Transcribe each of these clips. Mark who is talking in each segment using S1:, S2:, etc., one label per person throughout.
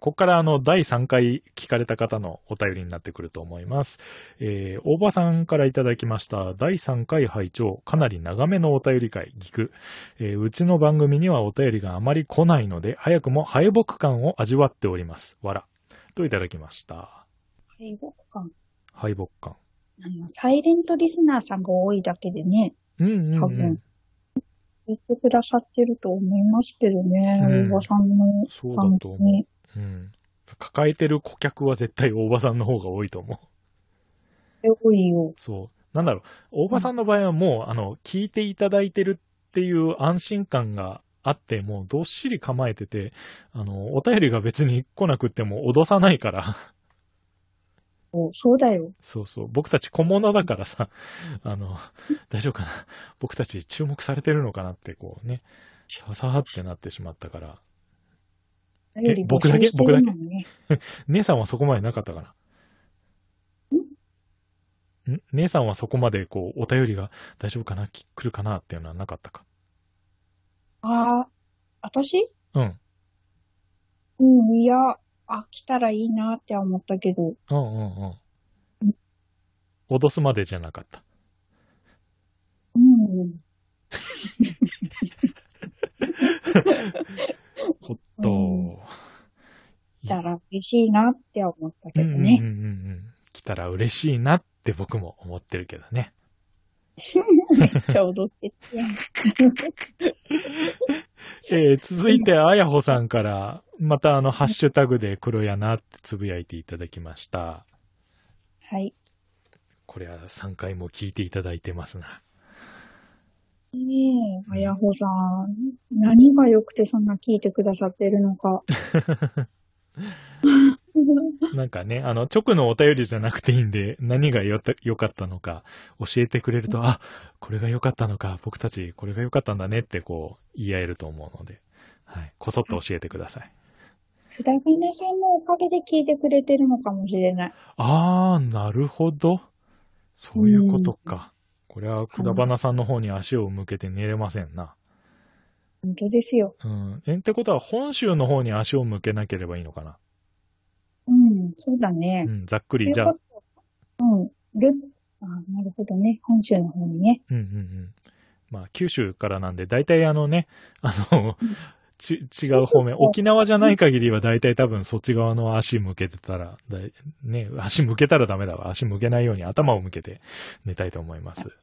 S1: ここからあの、第3回聞かれた方のお便りになってくると思います。えー、大場さんからいただきました。第3回拝聴かなり長めのお便り会、聞く。えーうちの番組にはお便りがあまり来ないので、早くも敗北感を味わっております。わら。といただきました。
S2: 敗北感。
S1: 敗北感。
S2: あの、サイレントリスナーさんが多いだけでね、
S1: うんうん、
S2: 多
S1: うん
S2: 分。言ってくださってると思いますけどね、
S1: うん
S2: 大場さんの
S1: そうだ
S2: 感
S1: と
S2: じ
S1: 思
S2: に。
S1: う。うん。抱えてる顧客は絶対大場さんの方が多いと思う。
S2: 多いよ。
S1: そう。なんだろう。大場さんの場合はもう、あの、聞いていただいてるっていう安心感があって、もうどっしり構えてて、あの、お便りが別に来なくっても脅さないから、
S2: そうそうだよ。
S1: そうそう。僕たち小物だからさ、 あの、大丈夫かな僕たち注目されてるのかなって、こうね、ささーってなってしまったから。
S2: 頼り募
S1: 僕だけ
S2: 集してるのにね。
S1: 姉さんはそこまでなかったかな。ん姉さんはそこまでこう、お便りが大丈夫かなき来るかなっていうのはなかったか。
S2: ああ、私
S1: うん。
S2: うん、いや、あ、来たらいいなって思ったけど、
S1: うんうんうん。脅すまでじゃなかった。
S2: うん。
S1: ほっ
S2: う
S1: と、
S2: ん来たら嬉しいなって思った
S1: う
S2: け
S1: ん
S2: ど
S1: うんうんうんう
S2: ね。
S1: ん。来たら嬉しいなって僕も思ってるけどね。
S2: ちょうどってやん。
S1: えー続いて、あやほさんから、またあの、ハッシュタグで黒やなってつぶやいていただきました。
S2: はい。
S1: これは3回も聞いていただいてますな。
S2: ねえ、あやほさん。何が良くてそんな聞いてくださってるのか。
S1: なんかね、あの、直のお便りじゃなくていいんで、何がよた良かったのか、教えてくれると、あ、これが良かったのか、僕たちこれが良かったんだねってこう、言い合えると思うので、はい。こそっと教えてください。
S2: ふだみなさんのおかげで聞いてくれてるのかもしれない。
S1: あー、なるほど。そういうことか。これは、くだばなさんの方に足を向けて寝れませんな。
S2: 本当ですよ。
S1: うん。え、ってことは、本州の方に足を向けなければいいのかな。
S2: うん、そうだ
S1: う
S2: ね。
S1: ん、ざっく
S2: と
S1: り、
S2: いう
S1: じ
S2: こ
S1: ゃあ、
S2: とはうん、る、あなるほどね。本州の方にね。
S1: うんうんうん。まあ、九州からなんで、大体あのね、あの
S2: うん、
S1: ち、違う方面、沖縄じゃない限りは大体多分そっち側の足向けてたら、だいね、足向けたらダメだわ。足向けないように頭を向けて寝たいと思います。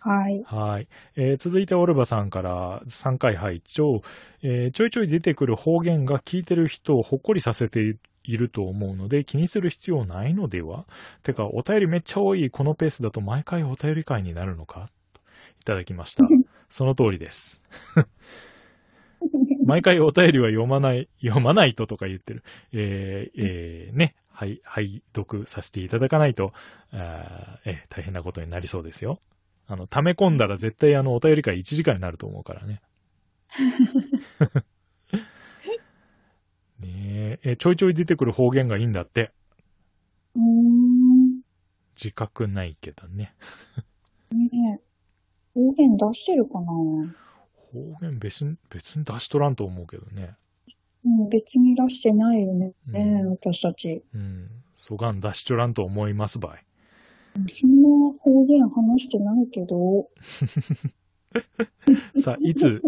S2: はい。
S1: はい。えー続いて、オルバさんから3回拝聴、えーちょいちょい出てくる方言が聞いてる人をほっこりさせていると思うので、気にする必要ないのではてか、お便りめっちゃ多い、このペースだと毎回お便り会になるのかいただきま した。その通りです。毎回お便りは読まない、読まないととか言ってる。えーえーね、はい、拝読させていただかないと、あーえー大変なことになりそうですよ。あの、溜め込んだら絶対あの、お便り会1時間になると思うからね。ねええ、ちょいちょい出てくる方言がいいんだって。
S2: うーん。
S1: 自覚ないけどね。
S2: ねえ。方言出してるかな
S1: 方言別に、別に出しとらんと思うけどね。
S2: うん、別に出してないよね。
S1: うん
S2: ねえ私たち。
S1: うん。そがん出しとらんと思いますばい。
S2: そんな方言話してないけど、
S1: さあ、いつ、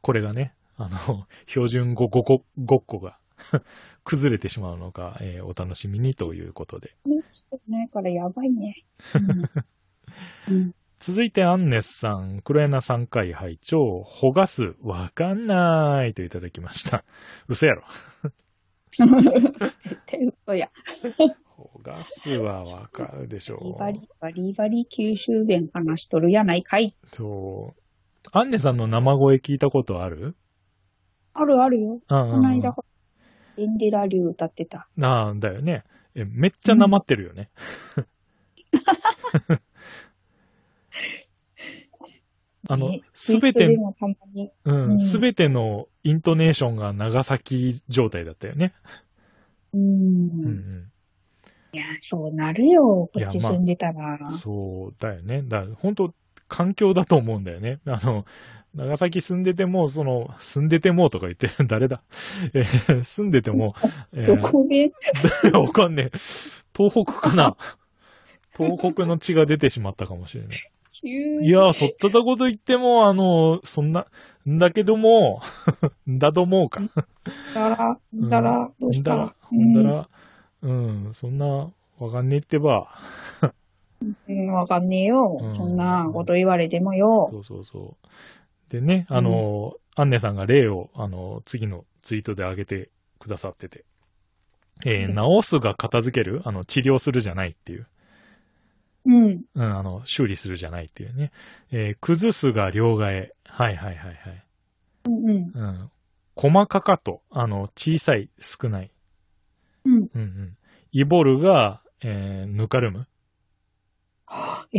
S1: これがね、あの、標準語5個、5個が 崩れてしまうのか、えーお楽しみにということで。
S2: 話してないからやばいね。うん。うん
S1: 続いて、アンネスさん、黒柳さん回拝聴、ほがす、わかんないといただきました。 嘘やろ。
S2: 絶対嘘や。
S1: ほがすはわかるでしょう。
S2: バリバリバリ九州弁話しとるやないかい。
S1: そう。アンネさんの生声聞いたことある
S2: あるある
S1: うん
S2: よ。
S1: うん
S2: こ
S1: うん
S2: の間、エンデラ流歌ってた。
S1: なんだよね。え、めっちゃなまってるよね。あの
S2: ね、
S1: すべ
S2: ツイー
S1: て
S2: トで、もたまに。
S1: う、
S2: うんん
S1: すべてのイントネーションが長崎状態だったよね。
S2: うん。
S1: うんうん
S2: いや、そうなるよ。こ
S1: いや
S2: っち住んでたら。
S1: そうだよね。だから本当環境だと思うんだよね。あ の、長崎住んでても、その、住んでてもとか言って、誰だ、 えー住んでても、えー
S2: どこで
S1: わかんねえ。東北かな東北の血が出てしまったかもしれない。
S2: 急に。
S1: いやー、そったたこと言っても、あの、そんな、んだけども、 んだどもうか。
S2: だら、だら、どうした
S1: んだら
S2: ら。、
S1: んだら、うん、そんな、わかんねえってば。
S2: うん、わかんねえよ
S1: うん。
S2: そんなこと言われてもよ。
S1: そうそうそう。でね、あの、アンネさんが例を、あの、次のツイートで上げてくださってて。え
S2: うん
S1: ー治すが片付けるあの、治療するじゃないっていう。
S2: うん。
S1: うん、あの、修理するじゃないっていうね。えー崩すが両替。はいはいはいはい。
S2: うんうん。
S1: うん。細かかと。あの、小さい、少ない。
S2: うん。
S1: うんうん。イボルが、えーぬかるむ。
S2: え、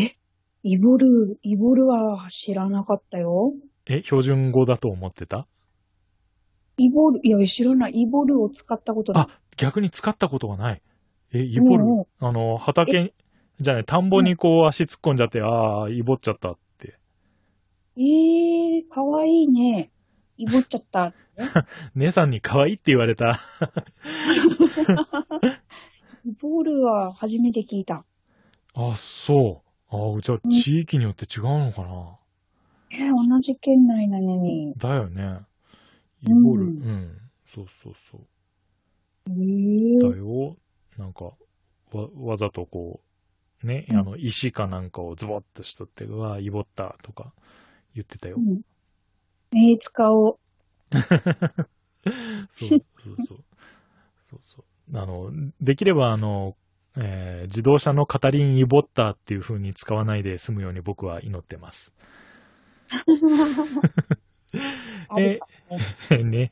S2: イボル、イボルは知らなかったよ。
S1: え、標準語だと思ってた
S2: イボル、いや、知らない。イボルを使ったことない
S1: あ。逆に使ったことがない。え、イボル、
S2: うんうん
S1: あの、畑に、じゃあね、田んぼにこう足突っ込んじゃって、ああ、イボっちゃったって。
S2: ええー、かわいいね。イボっちゃった。
S1: 姉さんに可愛いって言われ た。
S2: イボルは初めて聞いた。
S1: あ、そう。ああ、じゃあ地域によって違うのかな。
S2: えー、同じ県内なのに。
S1: だよね。イボル、う、
S2: うんん
S1: そうそうそう。
S2: ええ
S1: だ
S2: ー、
S1: よ。なんか、わ、わざとこう、ね、
S2: うん
S1: あの、石かなんかをズボッとしとって、うわ、イボったとか言ってたよ
S2: う。ん。えー、使おう。
S1: そうそう そう。そうそう。あの、できれば、あの、えー自動車のカタリン・イボッターっていう風に使わないで済むように僕は祈ってます。
S2: あれか
S1: ね。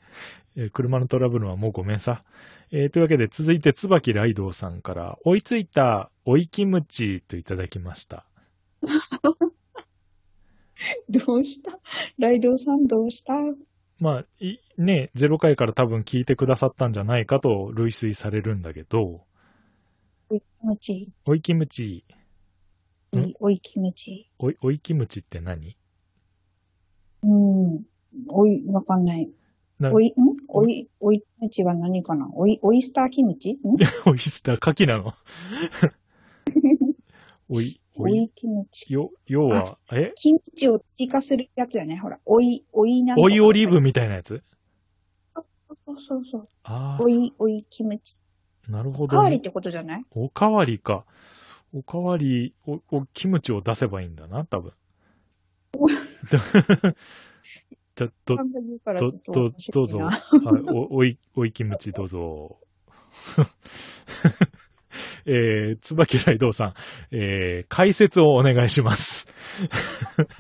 S1: えー車のトラブルはもうごめんさ。えーというわけで続いて椿ライドウさんから、追いついた追いキムチといただきました。
S2: どうした ライドウさんどうした
S1: まあ、いね、0回から多分聞いてくださったんじゃないかと類推されるんだけど、
S2: ムチ、
S1: 追いキムチ、
S2: お
S1: ん
S2: いおいキムチ。
S1: 追い追いキムチって何
S2: うん。おい、わかんない。
S1: な
S2: おい、んおい、おいキムチは何かなおい、オイスターキムチん
S1: オイスター、カキなの。 おい、お
S2: お
S1: い、
S2: いキムチ。
S1: よ、要は、え
S2: キムチを追加するやつやね。ほら、おい、おいなんとか
S1: おいオリーブみたいなやつ
S2: そうそうそう。
S1: ああ
S2: お、い、おいキムチ。
S1: なるほ
S2: 代
S1: ど、
S2: わりっ
S1: ね。
S2: てことじゃない
S1: おかわりか。おかわり、お、お、キムチを出せばいいんだな、多 分。じゃ、ど、
S2: なんか言うからちょ
S1: ど
S2: っ、と
S1: ど、どうぞ。
S2: 面白いな
S1: はい、お、 おい、おいキムチどうぞ。 えー、つばきらいどうさん、えー、解説をお願いします。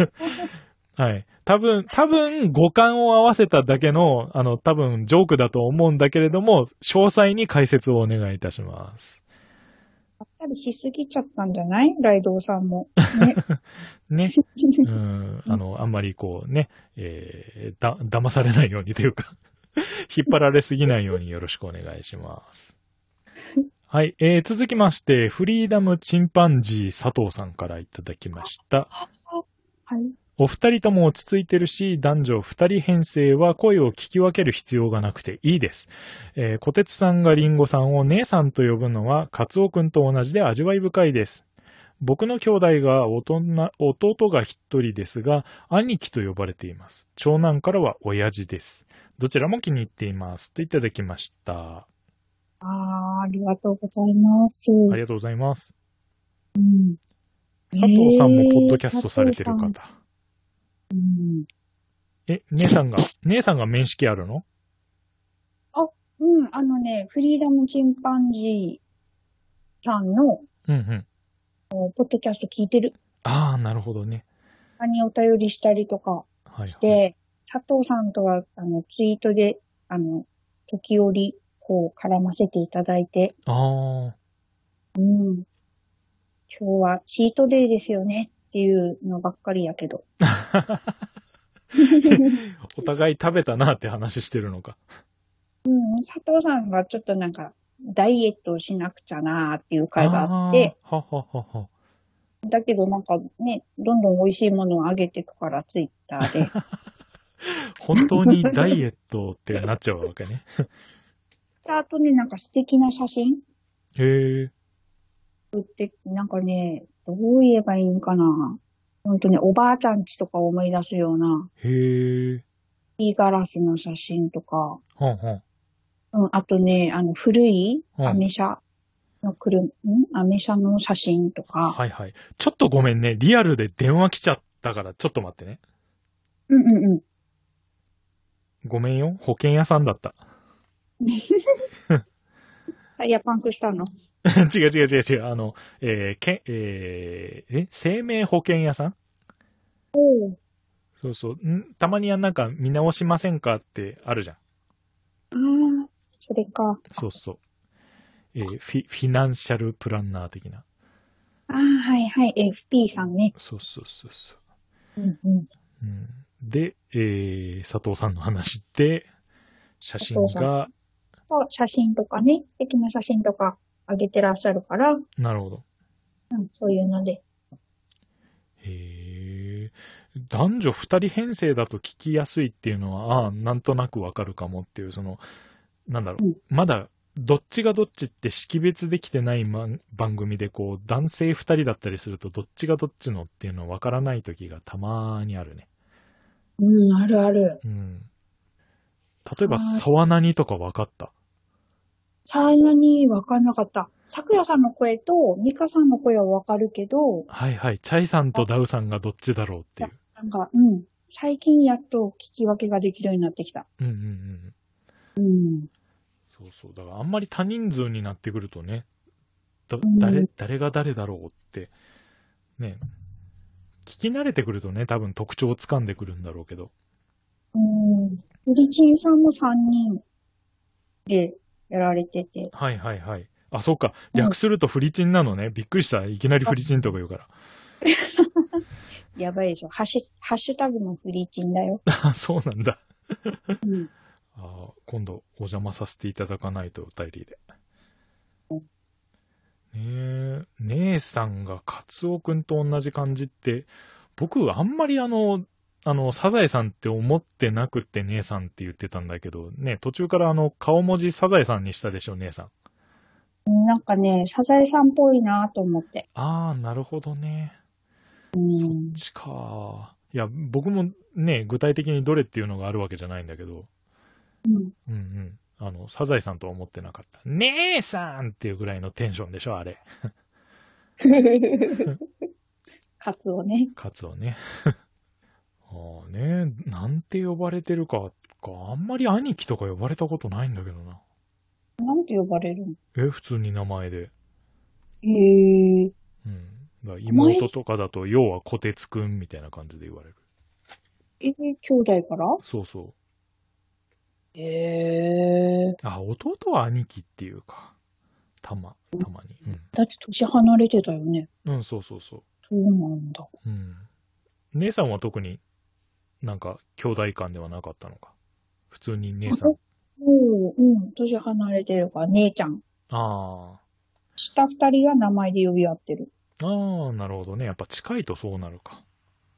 S1: はい。多分、多分、五感を合わせただけの、あの、多分、ジョークだと思うんだけれども、詳細に解説をお願いいたします。
S2: やっぱりしすぎちゃったんじゃないライドウさんも。ね
S1: ね。うん、あの、あんまりこうね、えー、だ、騙されないようにというか、 引っ張られすぎないようによろしくお願いします。はい、えー、続きまして、フリーダムチンパンジー佐藤さんからいただきました。
S2: はい。
S1: お二人とも落ち着いてるし、男女二人編成は声を聞き分ける必要がなくていいです。えー、小鉄さんがリンゴさんを姉さんと呼ぶのは、カツオくんと同じで味わい深いです。僕の兄弟が大人弟が一人ですが、兄貴と呼ばれています。長男からは親父です。どちらも気に入っています。といただきました。
S2: ああ、ありがとうございます。
S1: ありがとうございます。
S2: うん
S1: 佐藤さんもポッドキャストされてる
S2: えー佐
S1: 方
S2: 藤。うん
S1: え、姉さんが、姉さんが面識あるの
S2: うん、あのね、フリーダムチンパンジーさんの
S1: うんうん。
S2: おポッドキャスト聞いてる。
S1: ああ、なるほどね。
S2: 他にお便りしたりとか
S1: はい、はい。
S2: して、佐藤さんとは、あの、ツイートで、あの、時折、こう、絡ませていただいて、
S1: ああ、
S2: うん。今日はチートデイですよねっていうのばっかりやけど。
S1: お互い食べたなって話してるのか。
S2: うん、佐藤さんがちょっとなんか、ダイエットをしなくちゃなーっていう会があって、
S1: ー。はははは。
S2: だけどなんかね、どんどん美味しいものをあげていくから、ツイッタ ーで。
S1: 本当にダイエットってなっちゃうわけね。
S2: あとね、なんか素敵な写真
S1: へえ。
S2: なんかね、どう言えばいいんかな。本当におばあちゃんちとか思い出すような、
S1: へえ。
S2: いいガラスの写真とか、
S1: はんはん。
S2: うん、あとね、あの、古い
S1: うん
S2: アメ車の車、んアメ車の写真とか、
S1: はいはい。ちょっとごめんね。リアルで電話来ちゃったから、ちょっと待ってね。
S2: うんうんうん。
S1: ごめんよ。保険屋さんだった。
S2: タイヤパンクしたの
S1: 違う違う違う違う。あの、えーけ、えーえ、生命保険屋さん
S2: お
S1: そうそう。んたまにはなんか見直しませんかってあるじゃん。
S2: ああ、それか。
S1: そうそう。えーフィ、フィナンシャルプランナー的な。
S2: ああ、はいはい、FP さんね。
S1: そうそうそうそう。
S2: うんうん。
S1: うんで、えー、佐藤さんの話で、写真
S2: 佐藤
S1: が、
S2: そう、写真とかね、素敵な写真とかあげてらっしゃるから、
S1: なるほど。
S2: うん、そういうので。
S1: へえ。男女二人編成だと聞きやすいっていうのは、ああ、なんとなくわかるかもっていう、その、なんだろ
S2: うん
S1: う、まだ、どっちがどっちって識別できてない、ま、番組で、こう、男性二人だったりすると、どっちがどっちのっていうのわからない時がたまにあるね。
S2: うん、あるある。
S1: うん。例えば、
S2: あー
S1: 沢何とかわかった。
S2: さんなにわかんなかった。咲夜さんの声と美香さんの声はわかるけど、
S1: はいはい。チャイさんとダウさんがどっちだろうっていう。
S2: なんか、うん、最近やっと聞き分けができるようになってきた。
S1: うんうんうん。
S2: うん。
S1: そうそう。だからあんまり多人数になってくるとね、だ
S2: ん
S1: 誰、誰が誰だろうって、ね、聞き慣れてくるとね、多分特徴をつかんでくるんだろうけど。
S2: うん。ゆりちんさんも3人でやられてて、
S1: はいはいはい。あ、そっか。
S2: うん
S1: 略するとフリチンなのね。びっくりした。いきなりフリチンとか言うから。
S2: やばいでしょ。ハッシュ、ハッシュタグもフリーチンだよ。
S1: あ、そうなんだ。
S2: うん。
S1: あー今度お邪魔させていただかないと、お便りで。ねえ、姉さんがカツオくんと同じ感じって、僕あんまりあの、あの、サザエさんって思ってなくって姉さんって言ってたんだけど、ね、途中からあの、顔文字サザエさんにしたでしょ、姉さん。
S2: なんかね、サザエさんっぽいなと思って。
S1: あー、なるほどね。
S2: う
S1: そっ
S2: ん。
S1: ちか。いや、僕もね、具体的にどれっていうのがあるわけじゃないんだけど、
S2: うん
S1: うんうん。あの、サザエさんとは思ってなかった。姉さんっていうぐらいのテンションでしょ、あれ。
S2: カツオね。
S1: カツオね。 ああね、なんて呼ばれてるか、か、あんまり兄貴とか呼ばれたことないんだけどな。
S2: なんて呼ばれるの
S1: え、普通に名前で。
S2: へ
S1: う
S2: え。
S1: ん。だから妹とかだと、要は小鉄くんみたいな感じで言われる。
S2: え、兄弟から
S1: そうそう。
S2: へえ。
S1: あ、弟は兄貴っていうか。たま、たまに。
S2: だって年離れてたよね。
S1: うん。うん、そうそうそ
S2: そうなんだ。
S1: う。うん。姉さんは特になんか兄弟感ではなかったのか。普通に姉さん。
S2: おう、うん。年離れてるから、姉ちゃん。
S1: ああ。
S2: 下二人は名前で呼び合ってる。
S1: ああ、なるほどね。やっぱ近いとそうなるか。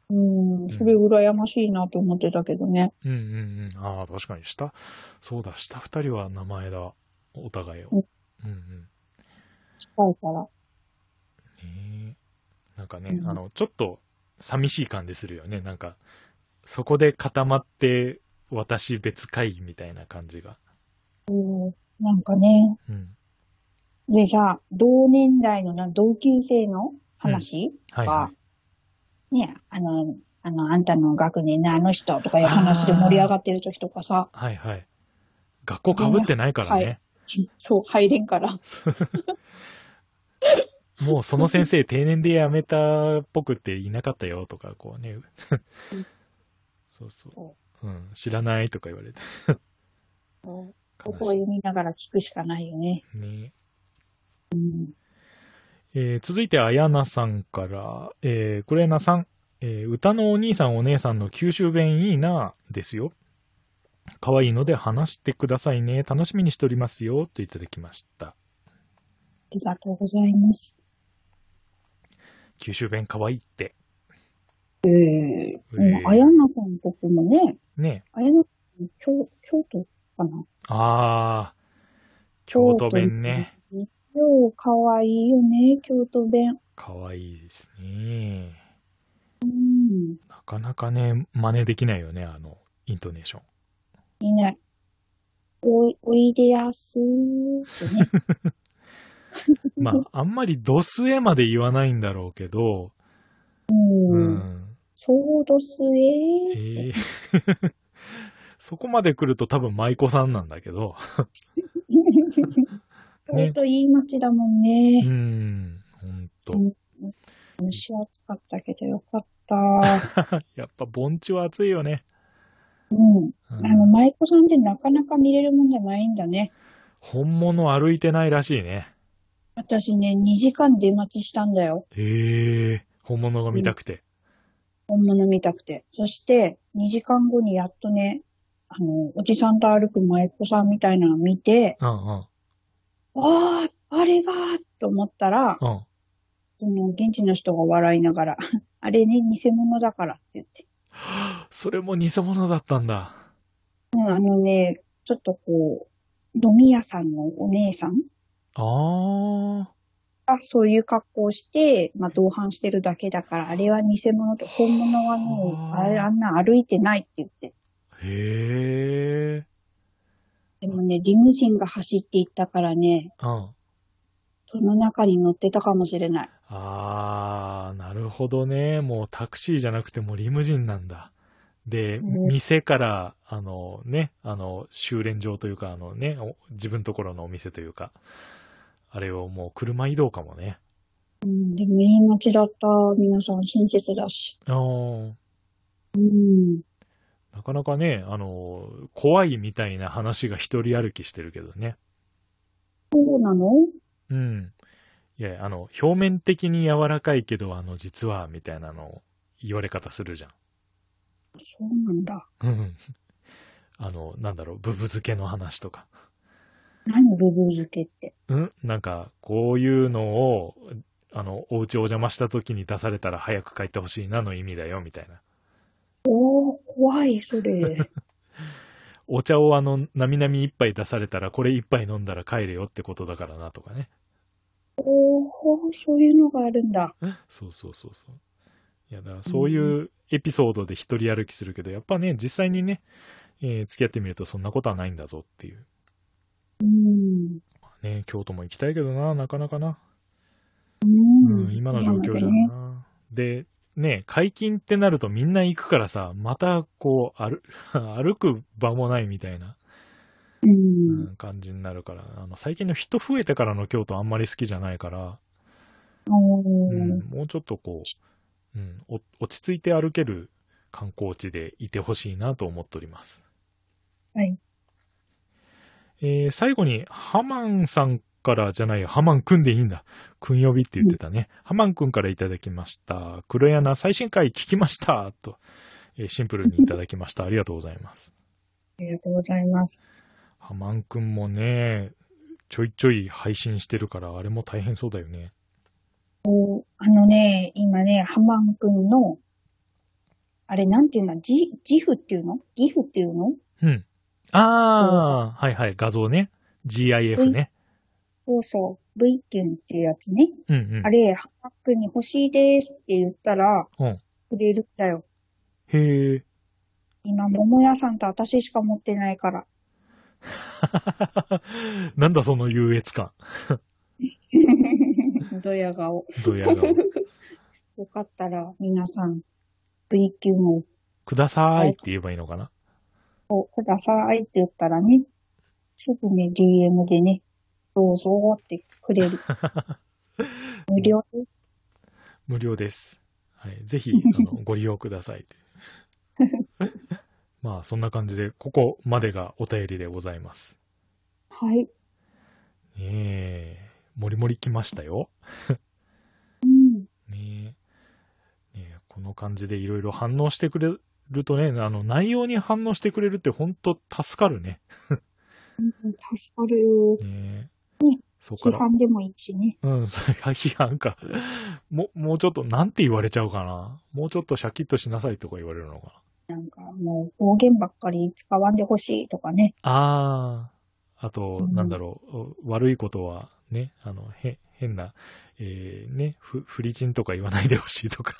S2: うん。それ羨ましいなと思ってたけどね。
S1: うんうんうん。ああ、確かに下、そうだ、下二人は名前だ。お互いを。
S2: う
S1: うんうん。
S2: 近いから。
S1: ねえなんかね、
S2: うん
S1: あの、ちょっと寂しい感じするよね。なんか、そこで固まって、私別会議みたいな感じが。
S2: うん。なんかね。
S1: うん。
S2: でさ、同年代のな、同級生の話
S1: はい、
S2: が
S1: は、
S2: ね、あの、あの、あんたの学年のあの人とかいう話で盛り上がってる時とかさ、
S1: い。はいはい。学校被ってないからね。
S2: そう、入れんから。
S1: もうその先生定年で辞めたっぽくていなかったよとか、こうね。 そうそう。うん。知らないとか言われて。
S2: こ
S1: 悲
S2: こを
S1: し
S2: 見ながら聞くしかないよね。
S1: いね。
S2: うん。
S1: えー続いて、あやなさんから、えー、クレナさん、えー歌のお兄さんお姉さんの九州弁いいな、ですよ。可愛いので話してくださいね。楽しみにしておりますよ。といただきました。
S2: ありがとうございます。
S1: 九州弁可愛いって。
S2: ええ
S1: え
S2: うんあやなさんとこもね、
S1: ね
S2: あやなさん、京、京都かな
S1: ああ、京都弁ね。
S2: 京、かわいいよね、京都弁。
S1: 可愛いですね。
S2: うん。
S1: なかなかね、真似できないよね、あの、イントネーション。
S2: いない。おい、おいでやすーって ね。
S1: まあ、あんまりドスエまで言わないんだろうけど、
S2: う。
S1: うんん。
S2: そうどす
S1: え
S2: えー。
S1: え そこまで来ると多分舞妓さんなんだけど、
S2: ほんといい街だもんね
S1: う。ん、ほんと。
S2: 蒸し暑かったけどよ かった。
S1: やっぱ盆地は暑いよね。
S2: うん。
S1: うん
S2: あの、舞妓さんってなかなか見れるもんじゃないんだね。
S1: 本物歩いてないらしいね。
S2: 私ね、2時間出待ちしたんだよ。
S1: ええ本物が見たくて。
S2: 本物見たくて。そして、2時間後にやっとね、あの、おじさんと歩く舞妓さんみたいなのを見て、
S1: うんうん。
S2: ああ、あれがーと思ったら、
S1: うん。
S2: その、現地の人が笑いながら、 あれね、偽物だからって言って。
S1: それも偽物だったんだ。
S2: うん、あのね、ちょっとこう、飲み屋さんのお姉さん
S1: あー。
S2: がそういう格好をして、まあ、同伴してるだけだから、あれは偽物と、本物はね、
S1: はあ
S2: あれ、あんな歩いてないって言って。
S1: へえ。
S2: でもね、リムジンが走っていったからね、
S1: うん。
S2: その中に乗ってたかもしれない。
S1: あー、なるほどね。もうタクシーじゃなくてもうリムジンなんだ。で、
S2: うん
S1: 店から、あのね、あの、修練場というか、あのね、お自分ところのお店というか、あれをもう車移動かもね。
S2: うん、でもいい街だった。皆さん親切だし。
S1: あー。
S2: うん。
S1: なかなかね、あの、怖いみたいな話が一人歩きしてるけどね。
S2: そうなの
S1: うん。いや、あの、表面的に柔らかいけど、あの、実は、みたいなのを言われ方するじゃ
S2: そうなんだ。
S1: ん。うん。あの、なんだろう、ブブ漬けの話とか。
S2: 何ブブ漬けって。
S1: うんなんか、こういうのを、あの、お家お邪魔した時に出されたら早く帰ってほしいなの意味だよ、みたいな。
S2: おー、怖い、それ。
S1: お茶をあの、なみなみ一杯出されたら、これ一杯飲んだら帰れよってことだからな、とかね。
S2: おー、そういうのがあるんだ。
S1: そうそうそうそう。いや、だからそういうエピソードで一人歩きするけど、やっぱね、実際にね、えー付き合ってみるとそんなことはないんだぞっていう。
S2: うん。
S1: まあね、京都も行きたいけどな、なかなかな。
S2: う
S1: うん、
S2: ん。
S1: 今の状況じゃ
S2: ね。
S1: な。で、ね、解禁ってなるとみんな行くからさ、またこう、歩、 歩く場もないみたいな、
S2: う。
S1: うんん感じになるから、あの、最近の人増えてからの京都あんまり好きじゃないから、
S2: お
S1: う
S2: ー
S1: ん、もうちょっとこう、うん、お落ち着いて歩ける観光地でいてほしいなと思っております。
S2: はい。
S1: えー最後に、ハマンさんからじゃないよ、ハマンくんでいいんだ。くん呼びって言ってたね。ハマンくんからいただきました。黒柳最新回聞きました。と、えーシンプルにいただきました。ありがとうございます。
S2: ありがとうございます。
S1: ハマンくんもね、ちょいちょい配信してるから、あれも大変そうだよね。
S2: あのね、今ね、ハマンくんの、あれ、なんていうのジ、ジフっていうのギフっていうの
S1: うん。あー、はいはい、画像ね。GIF ね。
S2: そうそう。V っていうのっていうやつね。
S1: うんうん
S2: あ。れ、ハマンくんに欲しいですって言ったら、
S1: うん
S2: くれるんだよ。
S1: へえ。
S2: 今、桃屋さんと私しか持ってないから。
S1: なんだその優越感。
S2: ドヤ顔。
S1: ドヤ顔。
S2: よかったら、皆さん、V 級も
S1: くださーいって言えばいいのかな。
S2: くださいって言ったらね、すぐね、DM でね、どうぞって くれる。無料です。
S1: 無料です。はい。ぜ ひ、あの、ご利用ください って。まあ、そんな感じで、ここまでがお便りでございます。
S2: はい。
S1: ねえ、もりもり来ましたよ。
S2: うん。
S1: ねえ。ねえこの感じでいろいろ反応してくれるとね、あの、内容に反応してくれるって本当助かるね。
S2: うん助かるよ。
S1: ねえ。そこか
S2: 批
S1: ら。
S2: 判でもいいしね。
S1: うん、 それが批判か。も、もうちょっと、なんて言われちゃうかな。もうちょっとシャキッとしなさいとか言われるのか
S2: なんかもう方言ばっかり使わんでほしいとかね。
S1: な。あー。あと
S2: う、ん
S1: なんだろう、悪いことは、ね、あの、へ、変な、えー、ね、ふ、フリチンとか言わないでほしいとか。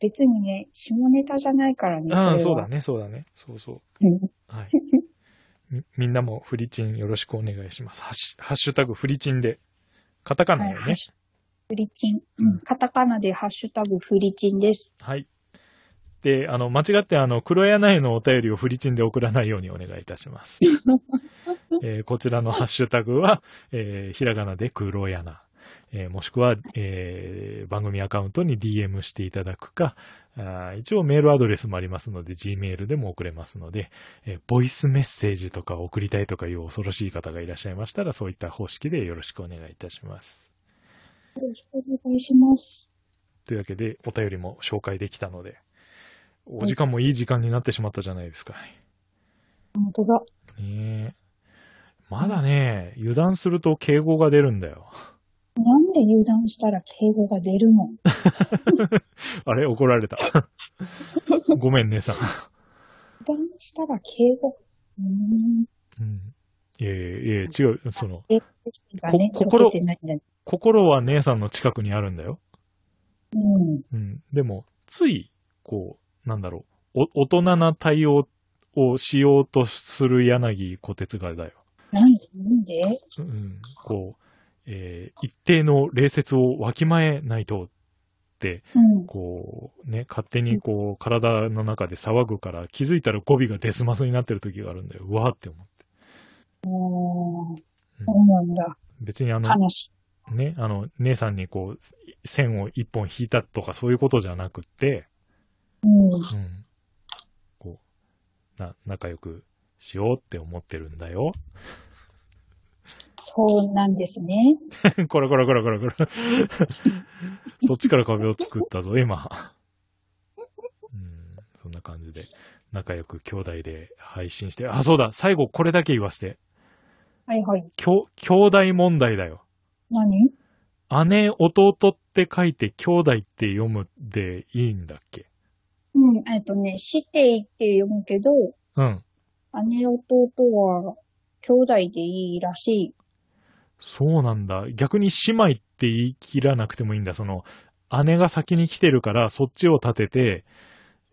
S2: 別にね、下ネタじゃない からね。これ
S1: う
S2: は
S1: ん、そうだね、そうだね。そうそう。
S2: うん
S1: はい。み、みんなもフリチンよろしくお願いします。ハッシュ、ハッシュタグフリチンで。カタカナ
S2: はい、
S1: よ
S2: ハ
S1: ね
S2: ッ。シュフリチン。うん。カタカナでハッシュタグフリチンです。
S1: はい。で、あの、間違って、あの、黒柳のお便りをフリチンで送らないようにお願いいたします。えーこちらのハッシュタグは、えーひらがなで黒柳。えーもしくは、えー番組アカウントに DM していただくか、あー一応メールアドレスもありますので、Gmail でも送れますので、えーボイスメッセージとか送りたいとかいう恐ろしい方がいらっしゃいましたら、そういった方式でよろしくお願いいたします。
S2: よろしくお願いします。
S1: というわけで、お便りも紹介できたので、お時間もいい時間になってしまったじゃないですか。
S2: 本当だ。
S1: ねえ。まだね、油断すると敬語が出るんだよ。
S2: なんで油断したら敬語が出るの
S1: あれ怒られた。 ごめんね、さん。
S2: 油断したら敬語。うーん。
S1: うん。いやいやいや違う。その、
S2: えがね、
S1: こ心
S2: 解けてないんだね
S1: 心は姉さんの近くにあるんだよ。
S2: う
S1: う
S2: ん。
S1: ん。でも、つい、こう、なんだろう。お、大人な対応をしようとする柳小鉄がだよ。
S2: なんなんで
S1: うん、こう、えー一定の礼節をわきまえないとって、
S2: うん。
S1: こう、ね、勝手にこう、体の中で騒ぐから、気づいたら語尾がデスマスになってる時があるんだよ。うわーって思って。
S2: ああ、そうなんだ。
S1: 別にあの、
S2: 悲しい。
S1: ね、あの、姉さんにこう、線を一本引いたとかそういうことじゃなくって、
S2: うん。
S1: うん。こう、な、仲良くしようって思ってるんだよ。
S2: そうなんですね。
S1: こらこらこらこらこら。そっちから壁を作ったぞ、今。 うん、そんな感じで、仲良く兄弟で配信して、あ、そうだ、最後これだけ言わせて。
S2: はいはい。
S1: 兄、兄弟問題だよ。
S2: 何
S1: 姉、弟って書いて兄弟って読むでいいんだっけ
S2: うん。えっとね、していって読むけど、
S1: うん。
S2: 姉弟は兄弟でいいらしい。
S1: そうなんだ。逆に姉妹って言い切らなくてもいいんだ。その、姉が先に来てるから、そっちを立てて、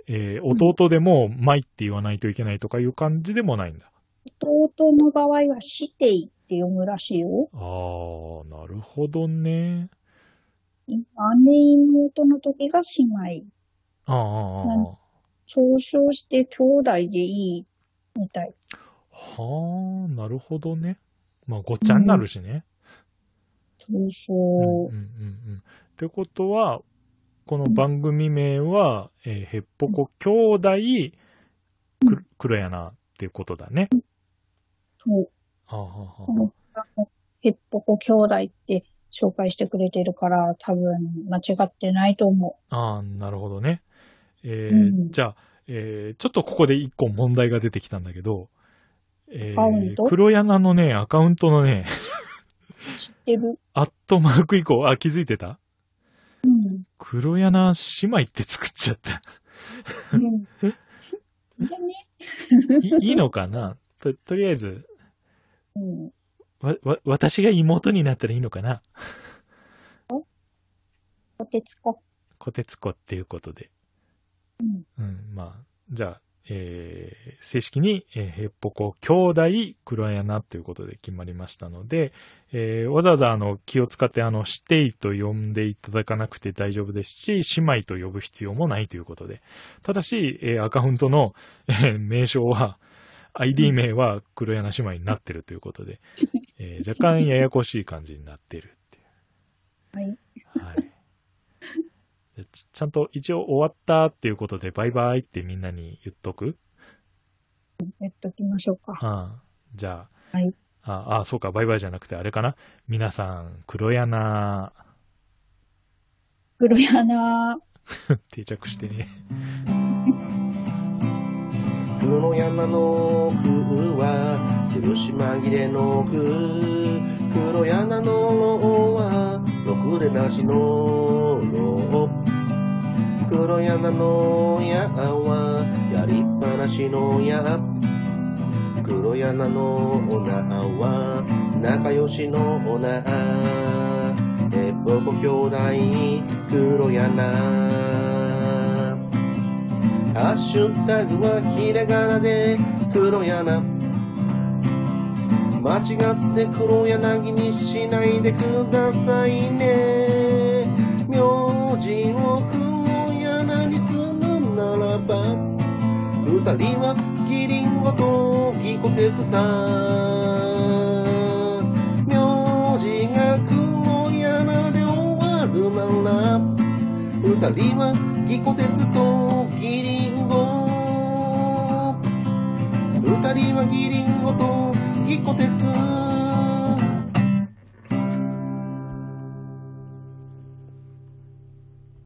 S1: えー弟でも、舞って言わないといけないとかいう感じでもないんだ。
S2: 弟の場合はしていって読むらしいよ。
S1: ああ、なるほどね。
S2: 姉妹の時が姉妹。
S1: あーあー、あー
S2: 総称して兄弟でいいみたい。
S1: はあ、なるほどね。まあ、ごっちゃになるしね。
S2: そう
S1: うん、うん、
S2: そう
S1: うん。うん。ってことは、この番組名は、えーへっぽこ兄弟、く黒柳っていうことだね。
S2: そう。
S1: あーはあ、は
S2: このヘッポコ兄弟って紹介してくれてるから、多分間違ってないと思
S1: あ、あーなるほどね。えー
S2: うん
S1: じゃあ、えーちょっとここで一個問題が出てきたんだけど、え
S2: アカウン
S1: ー
S2: ト、
S1: 黒柳のね、アカウントのね、
S2: う。知ってる。
S1: アットマーク以降、あ、気づいてた
S2: うん。
S1: 黒柳姉妹って作っちゃった。
S2: うん。じゃね。
S1: いいいのかなと、とりあえず、
S2: うん。
S1: わ、わ、私が妹になったらいいのかな
S2: お手つこ。
S1: 小鉄子っていうことで。
S2: うん。
S1: うん、まあ、じゃあ、えー、正式に、えー、へっぽこ兄弟黒柳ということで決まりましたので、えー、わざわざあの、気を使ってあの、していと呼んでいただかなくて大丈夫ですし、姉妹と呼ぶ必要もないということで。ただし、えー、アカウントの、えー名称は、ID 名は黒柳姉妹になってるということで、えー、若干ややこしい感じになってるっていう。
S2: は
S1: は
S2: い。
S1: い。でちちゃんと一応終わったっていうことで、バイバイってみんなに言っとく
S2: やっときましょうか。
S1: ああじゃあ。
S2: はい
S1: ああ、そうか、バイバイじゃなくて、あれかな。皆さん、黒柳、
S2: 黒柳。
S1: 定着してね。
S3: 黒柳の空は苦し紛れの奥黒柳の王はろくでなしの牢黒柳の矢はやりっぱなしの矢黒柳の女は仲良しの女えぼこ兄弟黒柳ハッシュタグはひらがなで黒柳間違って黒柳にしないでくださいね名字を黒柳にするならば二人はキリンゴとギコテツさん名字が黒柳で終わるなら二人はギコテツとギリンゴ二人はギリンゴとギコテツ